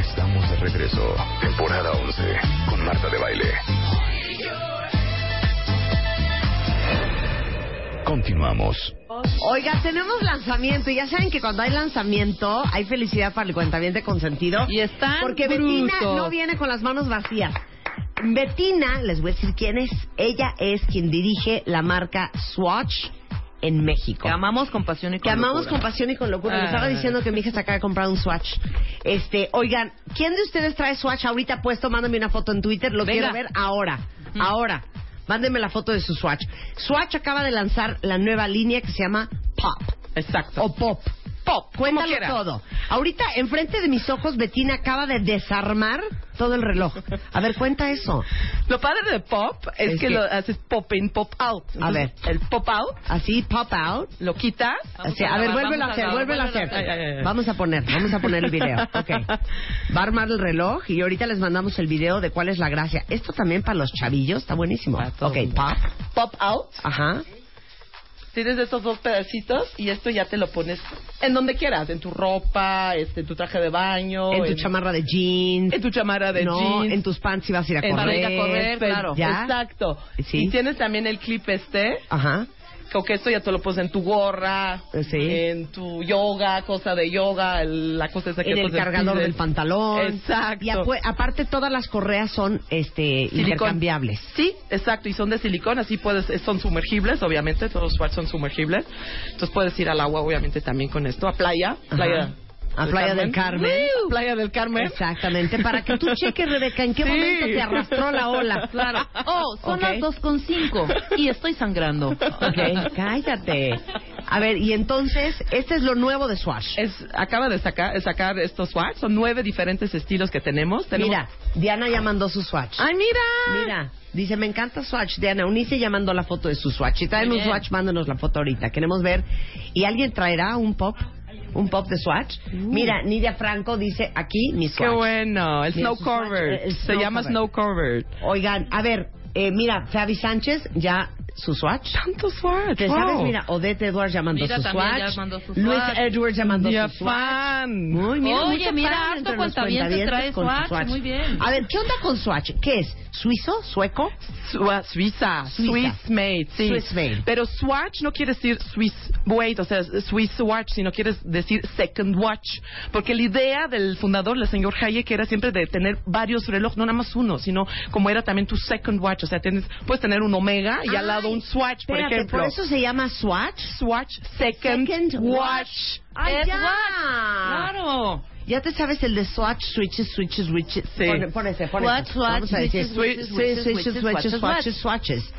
Estamos de regreso. Temporada 11 con Marta de Baile. Continuamos. Oiga, tenemos lanzamiento y ya saben que cuando hay lanzamiento hay felicidad para el cuentaviente consentido. Y están Porque Betina bruto. no viene con las manos vacías. Betina, les voy a decir quién es. Ella es quien dirige la marca Swatch en México. Que Oh. amamos con pasión y con Que amamos locura. con pasión y con locura. Ah. Les estaba diciendo que mi hija se acaba de comprar un Swatch. Este, oigan, ¿quién de ustedes trae Swatch ahorita puesto? Mándame una foto en Twitter, lo Venga. quiero ver ahora. Ahora. Mándenme la foto de su Swatch. Swatch acaba de lanzar la nueva línea que se llama Pop Exacto. o Pop. Pop, cuéntalo quiera. todo. Ahorita, enfrente de mis ojos, Betina acaba de desarmar todo el reloj. A ver, cuenta eso. Lo padre de pop es, Es que, que- lo haces pop in, pop out. A ver. El pop out Así, pop out. lo quitas. Así, Este, a, ver, vuélvelo a hacer, vuélvelo a hacer. Ay, ay, ay. Vamos a poner, vamos a poner el video. Ok. Va a armar el reloj y ahorita les mandamos el video de cuál es la gracia. Esto también para los chavillos está buenísimo. Para todo Ok, mundo. pop. Pop out. Ajá. Tienes estos dos pedacitos y esto ya te lo pones en donde quieras, en tu ropa, este, en tu traje de baño, En tu chamarra de jeans. Oh, en tu chamarra de no, jeans, en tus pants si vas a ir a en- correr. para ir a correr, pues, claro, ¿Ya? exacto. Sí. Y tienes también el clip este, Ajá. Creo que esto ya te lo pones en tu gorra, Eh, sí. en tu yoga, cosa de yoga, el- la cosa esa que en el pues, cargador despides. del pantalón. Exacto. Y apu- aparte todas las correas son este Silicón. intercambiables. Sí, exacto, y son de silicón, así puedes, eh, son sumergibles, obviamente, todos los sweats son sumergibles. Entonces puedes ir al agua, obviamente, también con esto, a playa, Ajá. playa. A Playa del Carmen. ¡Woo! Playa del Carmen. Exactamente, para que tú cheques, Rebeca, en qué Sí. momento te arrastró la ola. Claro. Oh, son Ok. las dos con cinco y estoy sangrando. Ok, cállate. A ver, y entonces, este es lo nuevo de Swash. Es, acaba de sacar, sacar estos sweats, son nueve diferentes estilos que tenemos. tenemos Mira, Diana ya mandó su Swatch. ¡Ay, ah. mira! Mira, dice, me encanta Swatch. Diana Unice ya mandó la foto de su Swatch. Si traen Muy un bien. Swatch, mándenos la foto ahorita. Queremos ver. ¿Y alguien traerá un pop? ¿Un pop de Swatch? Mira, Nidia Franco dice, aquí mi Uh. Qué Swatch. bueno, el Mira, snow su swatch, covered. el Se snow llama covered. snow covered. Oigan, a ver, eh, mira, Fabi Sánchez ya su swatch. Tanto swatch. Que sabes, mira, Odette Edwards ya mandó Oh. Mira, su también ya swatch. mandó su Luis swatch. Edwards ya mandó Ya su swatch. fan. Muy, Oye, mucho mira, fan harto entre los cuentavientes cuentavientes trae con su swatch, muy bien. A ver, ¿qué onda con swatch? ¿Qué es? ¿Suizo? ¿Sueco? Sua- Suiza. Suiza, Swiss made, sí. Swiss made. Pero swatch no quiere decir Swiss wait, o sea, Swiss watch, sino quiere decir second watch. Porque la idea del fundador, el señor Hayek, era siempre de tener varios relojes, no nada más uno, sino como era también tu second watch. O sea, tienes, puedes tener un omega y al lado Ay, un swatch, por Espérate, ejemplo. ¿por eso se llama swatch? Swatch second, Second watch. watch. Ay, Es ya. watch. Claro. Ya te sabes el de swatch, switches, switches, switches. Sí. Pon, pon ese, pon ese. Swatch, swatch, Vamos a decir, swi- switches, switches, switches, switches, switches, swatches, swatches, swatches.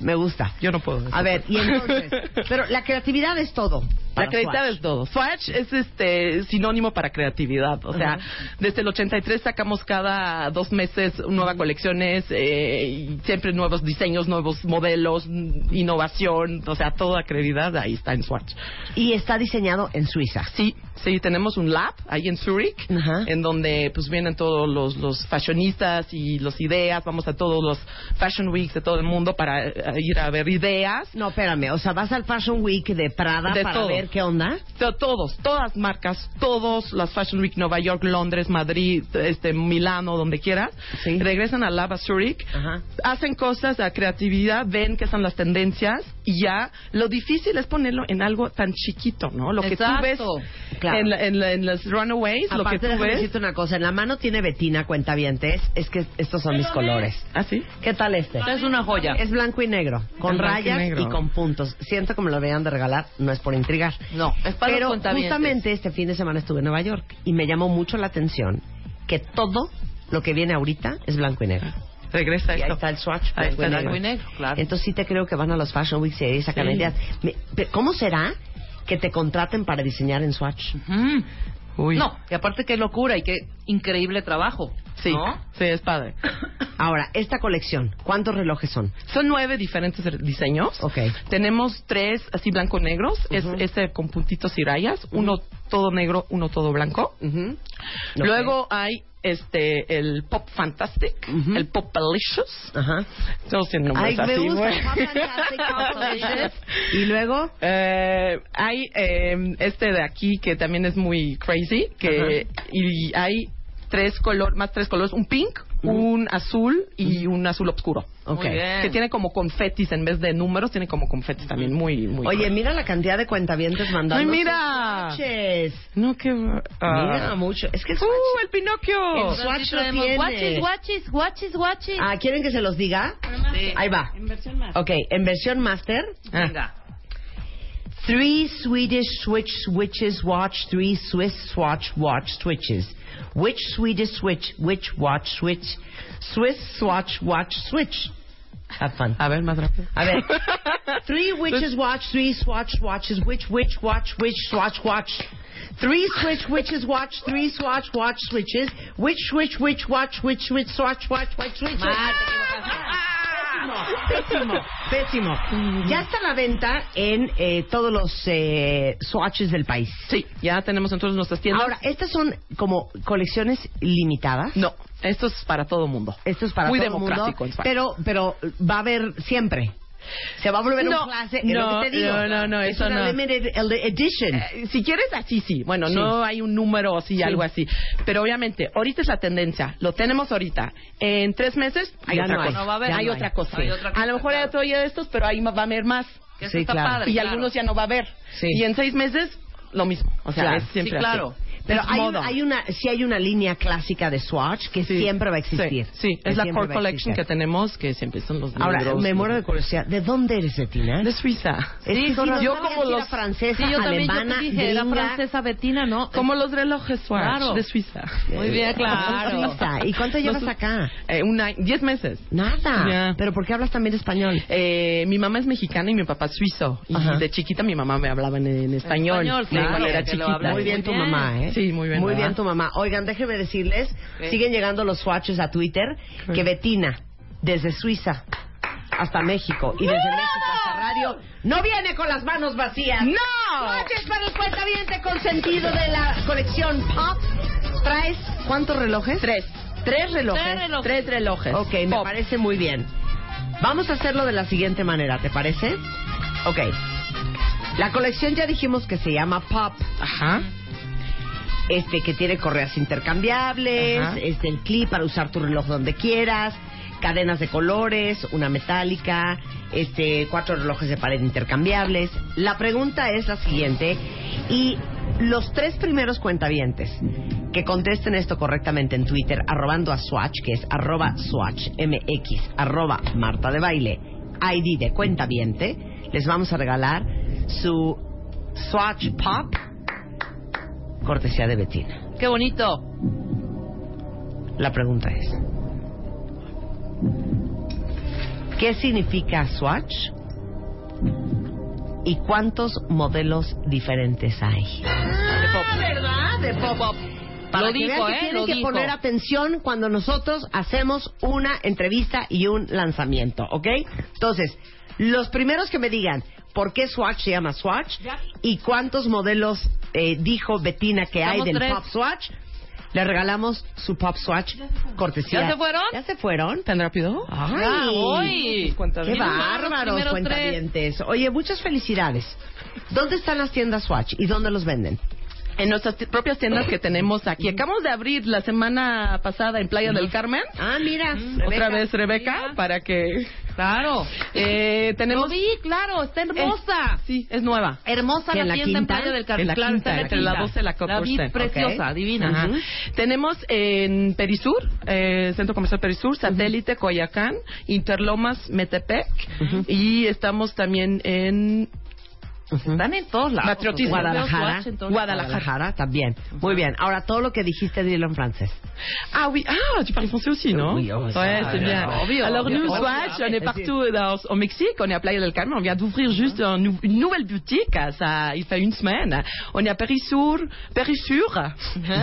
Me gusta. Yo no puedo. A ver, y entonces, pero la creatividad es todo. La para creatividad Swatch. es todo. Swatch es este sinónimo para creatividad. O sea, desde el 83 sacamos cada dos meses nuevas colecciones, eh, y siempre nuevos diseños, nuevos modelos, n- innovación. O sea, toda creatividad ahí está en Swatch. Y está diseñado en Suiza. Sí, sí, tenemos un lab ahí en Zurich, Ajá. en donde pues vienen todos los, los fashionistas y las ideas. Vamos a todos los fashion weeks de todo el mundo para eh, ir a ver ideas. No, espérame, o sea, vas al Fashion Week de Prada De para todo. ver ver qué onda. To- Todos, todas marcas, todos las Fashion Week Nueva York, Londres, Madrid, este Milano, donde quieras, Sí. regresan a Lava Zurich, Ajá. hacen cosas de creatividad, ven que son las tendencias y ya lo difícil es ponerlo en algo tan chiquito, ¿no? Lo Exacto. que tú ves Claro. en, la- en la- en las Runaways, lo que Aparte, tú déjame ves. decirte una cosa. En la mano tiene Betina, cuentavientes. Es que estos son mis colores. ¿Ah, sí? ¿Qué tal este? Esta es una joya. Es blanco y negro, con Es blanco y rayas y, negro. con puntos. Siento que me lo deberían de regalar, no es por intrigar. No, es para los Pero cuentavientes. justamente este fin de semana estuve en Nueva York y me llamó mucho la atención que todo lo que viene ahorita es blanco y negro. Regresa Y ahí esto. está el swatch. Ahí está el blanco y negro, claro. Entonces sí te creo que van a los Fashion Weeks y ahí sacan Sí. ideas. Me- pe- ¿Cómo será que te contraten para diseñar en swatch? Mm. Uy. No, y aparte qué locura y qué increíble trabajo. Sí, ¿no? sí, es padre. Ahora, esta colección, ¿cuántos relojes son? Son nueve diferentes re- diseños. Ok. Tenemos tres así blanco-negros, es- Ujú. este con puntitos y rayas, uno todo negro, uno todo blanco. Ok. Luego hay este el Pop Fantastic, Ujú. el Pop Delicious. Ajá. Todos tienen nombres Ay, me así, gusta. güey. Pop Fantastic, Pop Delicious. Y luego, Eh, hay eh, este de aquí que también es muy crazy, que y hay tres color, más tres colores, un pink, un azul y un azul oscuro. Ok. Muy bien. Que tiene como confetis en vez de números, tiene como confetis también, muy, muy. Oye, crazy. mira la cantidad de cuentavientes mandando. Ay, mira. sus swatches. no que. Mira mucho. Es que el swatch. ¡Uh, el Pinocchio! El swatch Entonces, lo traemos tiene. Guachis, guachis, guachis, guachis. Ah, ¿quieren que se los diga? Sí. Ahí va. Ok, en versión master. Ah. Venga. Three Swedish switch switches watch three Swiss swatch watch switches. Which Swedish switch which watch switch? Swiss swatch watch switch. Have fun. A ver, más rápido. A ver. Three witches watch, three swatch watches, which witch watch, which swatch watch. Three switch witches watch, three swatch watch switches, which switch witch watch, which witch swatch watch, which switch. Ah, te quiero Pésimo, pésimo, pésimo. Mm. Ya está a la venta en eh, todos los eh, swatches del país. Sí, ya tenemos entonces nuestras tiendas. Ahora, estas son como colecciones limitadas. no, esto es para todo mundo. Esto es para Muy todo el mundo. democrático, en fact. Pero, pero va a haber siempre. Se va a volver No, un clase. no, te digo. no, no, no, es eso una no. limited ed- edition. Eh, si quieres así sí bueno Sí. no hay un número así algo así pero obviamente ahorita es la tendencia lo tenemos ahorita en tres meses hay Ya otra no hay. cosa No va a haber, hay, ya no otra hay. cosa. Hay otra a cosa, lo mejor claro. hay todavía de estos pero ahí más- va a haber más Que eso Sí, está claro. padre, y claro. algunos ya no va a haber Sí. y en seis meses lo mismo o sea Claro. es siempre Sí, claro. así. Pero Es hay, moda. hay una, sí hay una línea clásica de Swatch que Sí. siempre va a existir. sí, sí. Que es la siempre va core a collection que existir. tenemos que siempre son los Ahora, negros, me los- muero de curiosidad. ¿De dónde eres, Betina? de Suiza Es que sí, no yo sabía como si era los- francesa, Sí, yo también yo alemana, te dije, era gringa. francesa Betina, ¿no? como los relojes Swatch Claro. de Suiza Eh, Muy bien, claro. eh, Suiza. ¿Y cuánto llevas Los- acá? Eh, un año- diez meses Nada. Ya. ¿Pero por qué hablas también español? Eh, mi mamá es mexicana y mi papá es suizo. Y Ajá. de chiquita mi mamá me hablaba en, en español. español, de claro, cuando era que lo chiquita. hablas. Muy bien tu Muy bien. mamá, ¿eh? Sí, muy bien, Muy ¿verdad? bien tu mamá. Oigan, déjenme decirles, Sí. siguen llegando los swatches a Twitter, Sí. que Betina, desde Suiza hasta México y desde México hasta Radio, no viene con las manos vacías. ¡No! Swatches para el cuentaviente consentido de la colección Pop. ¿Traes cuántos relojes? Tres. Tres relojes. Tres relojes. relojes. Ok, me Pop. parece muy bien. Vamos a hacerlo de la siguiente manera, ¿te parece? Ok. La colección ya dijimos que se llama Pop. Ajá. este que tiene correas intercambiables, Ajá. este el clip para usar tu reloj donde quieras, cadenas de colores, una metálica, este cuatro relojes de pared intercambiables. La pregunta es la siguiente y los tres primeros cuentavientes que contesten esto correctamente en Twitter arrobando a Swatch, que es arroba Swatch MX, arroba Marta de Baile, ID de cuentaviente, les vamos a regalar su Swatch Pop cortesía de Betina. Qué bonito. La pregunta es, ¿qué significa Swatch? ¿Y cuántos modelos diferentes hay? Ah, ¿verdad? De pop up. Para lo que dijo, vean que ¿eh? tienen lo que dijo. poner atención cuando nosotros hacemos una entrevista y un lanzamiento, ¿ok? Entonces, los primeros que me digan por qué Swatch se llama Swatch y cuántos modelos eh, dijo Betina que hay Somos del tres. Pop Swatch, Le regalamos su Pop Swatch cortesía. ¿Ya se fueron? ¿Ya se fueron? ¿Tan rápido? ¡Ay! Ya voy. ¡Qué Miren nomás los bárbaros, primeros cuentavientes! Oye, muchas felicidades. ¿Dónde están las tiendas Swatch y dónde los venden? En nuestras ti- propias tiendas que tenemos aquí. Acabamos de abrir la semana pasada en Playa del Carmen. Ah, mira. Mm, Otra vez Rebeca, Mira. para que... Claro. Eh, Lo tenemos... vi, claro, está hermosa. Es- sí, es nueva. Hermosa ¿Que en la, la tienda en quinta? Playa del En Carmen. la claro, quinta, está en entre la quinta. 12 y la La vi 14. preciosa, Ok. divina. Ajá. Ajá. Tenemos en Perisur, eh, Centro Comercial Perisur, Satélite, Coyacán, Interlomas, Metepec y estamos también en Están en todos lados. Patriotismo. Guadalajara. Swatch en todos Guadalajara. también. Muy bien. Ahora, todo lo que dijiste, dilo en francés. Ah oui, ah, tu parles français aussi, non Oui, oh, ça, Ouais, c'est bien bien. sûr. Alors Bien nous, sûr. Swatch, on est partout euh, dans- au Mexique, on est à Playa del Carmen, on vient d'ouvrir juste un nou- une nouvelle boutique, euh, ça, il fait une semaine. On est à Périssur, Périssur,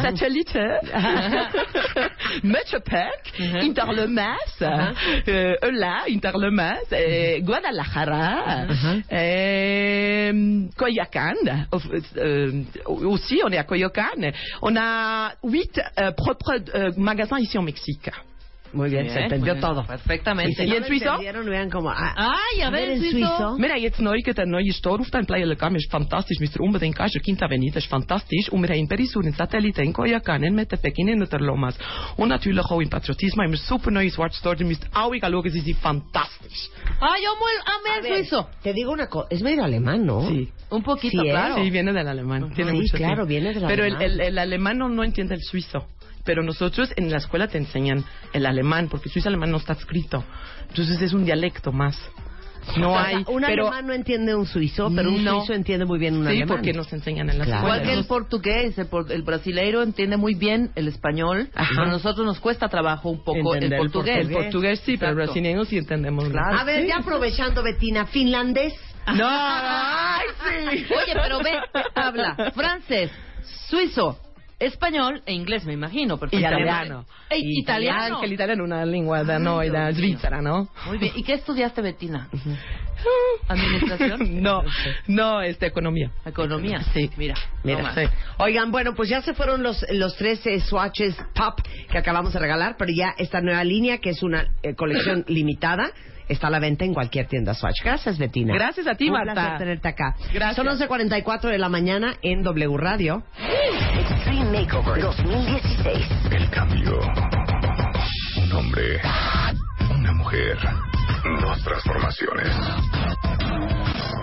Satellite, Metepec, Interlemas, euh, Eulah, Interlemas, euh, Guadalajara, euh, Coyoacán, euh, euh, aussi on est à Coyoacán. On a huit euh, propres euh, magasins ici au Mexique. Muy bien, se entendió bueno, todo. pues, Perfectamente. Y si ¿Y no en lo suizo? entendieron, vean cómo, ah, Ay, a ver, en suizo. Wir haben jetzt neu den neuen Store auf dem Playa del Carmen. Ist fantastisch. Müsst ihr unbedingt gehen. Ist der Quinta Avenida. Ist fantastisch. Und wir haben in Perisur, in Satellite, in Coyacan, in Metepec, in Interlomas. Und natürlich auch in Patriotismo. Haben wir super neue Swatch Store. Die müsst ihr alle schauen. Sie sind fantastisch. Ay, yo amo el, amé A el ver, suizo. Te digo una cosa, es medio alemán, ¿no? Sí. Un poquito, Sí, ¿eh? claro. Sí, viene del alemán. Tiene Sí, mucho, claro, viene del Pero alemán. el, el, el alemán no, no entiende el suizo. Pero nosotros en la escuela te enseñan el alemán, porque suizo-alemán no está escrito. Entonces es un dialecto más. No O sea, hay. un pero, alemán no entiende un suizo, pero un No. suizo entiende muy bien un sí, alemán. porque nos enseñan en la Claro. Igual que escuela. el portugués, el, por- el brasileiro entiende muy bien el español, Ajá. pero a nosotros nos cuesta trabajo un poco Entender el portugués. El portugués sí, pero Exacto. brasileños sí entendemos. A ver, ya aprovechando, Betina, finlandés. No, ay, sí. Oye, pero ve, habla francés, suizo, español e inglés, me imagino. perfectamente. Italiano. e Ey, italiano. Que el italiano es una lengua da no, Ay, da Dios mío. svizzera, ¿no? Muy bien. ¿Y qué estudiaste, Betina? ¿Administración? No, no, este, economía. Economía. Sí. Mira. Mira, nomás. sí. Oigan, bueno, pues ya se fueron los, los tres eh, swatches pop que acabamos de regalar, pero ya esta nueva línea, que es una eh, colección limitada, está a la venta en cualquier tienda swatch. Gracias, Betina. Gracias a ti, Un Marta. placer tenerte acá. Gracias. Son 11.44 de la mañana en W Radio. Extreme Makeover 2016. El cambio. Un hombre. Una mujer. Dos transformaciones.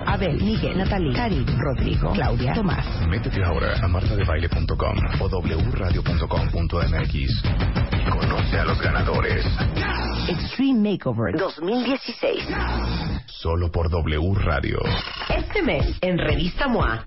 Abel, Miguel, Natalie, Cari, Rodrigo, Claudia, Tomás. Métete ahora a martadebaile.com o wradio.com.mx y conoce a los ganadores. Extreme Makeover. 2016. Solo por W Radio. Este mes, en Revista MOA,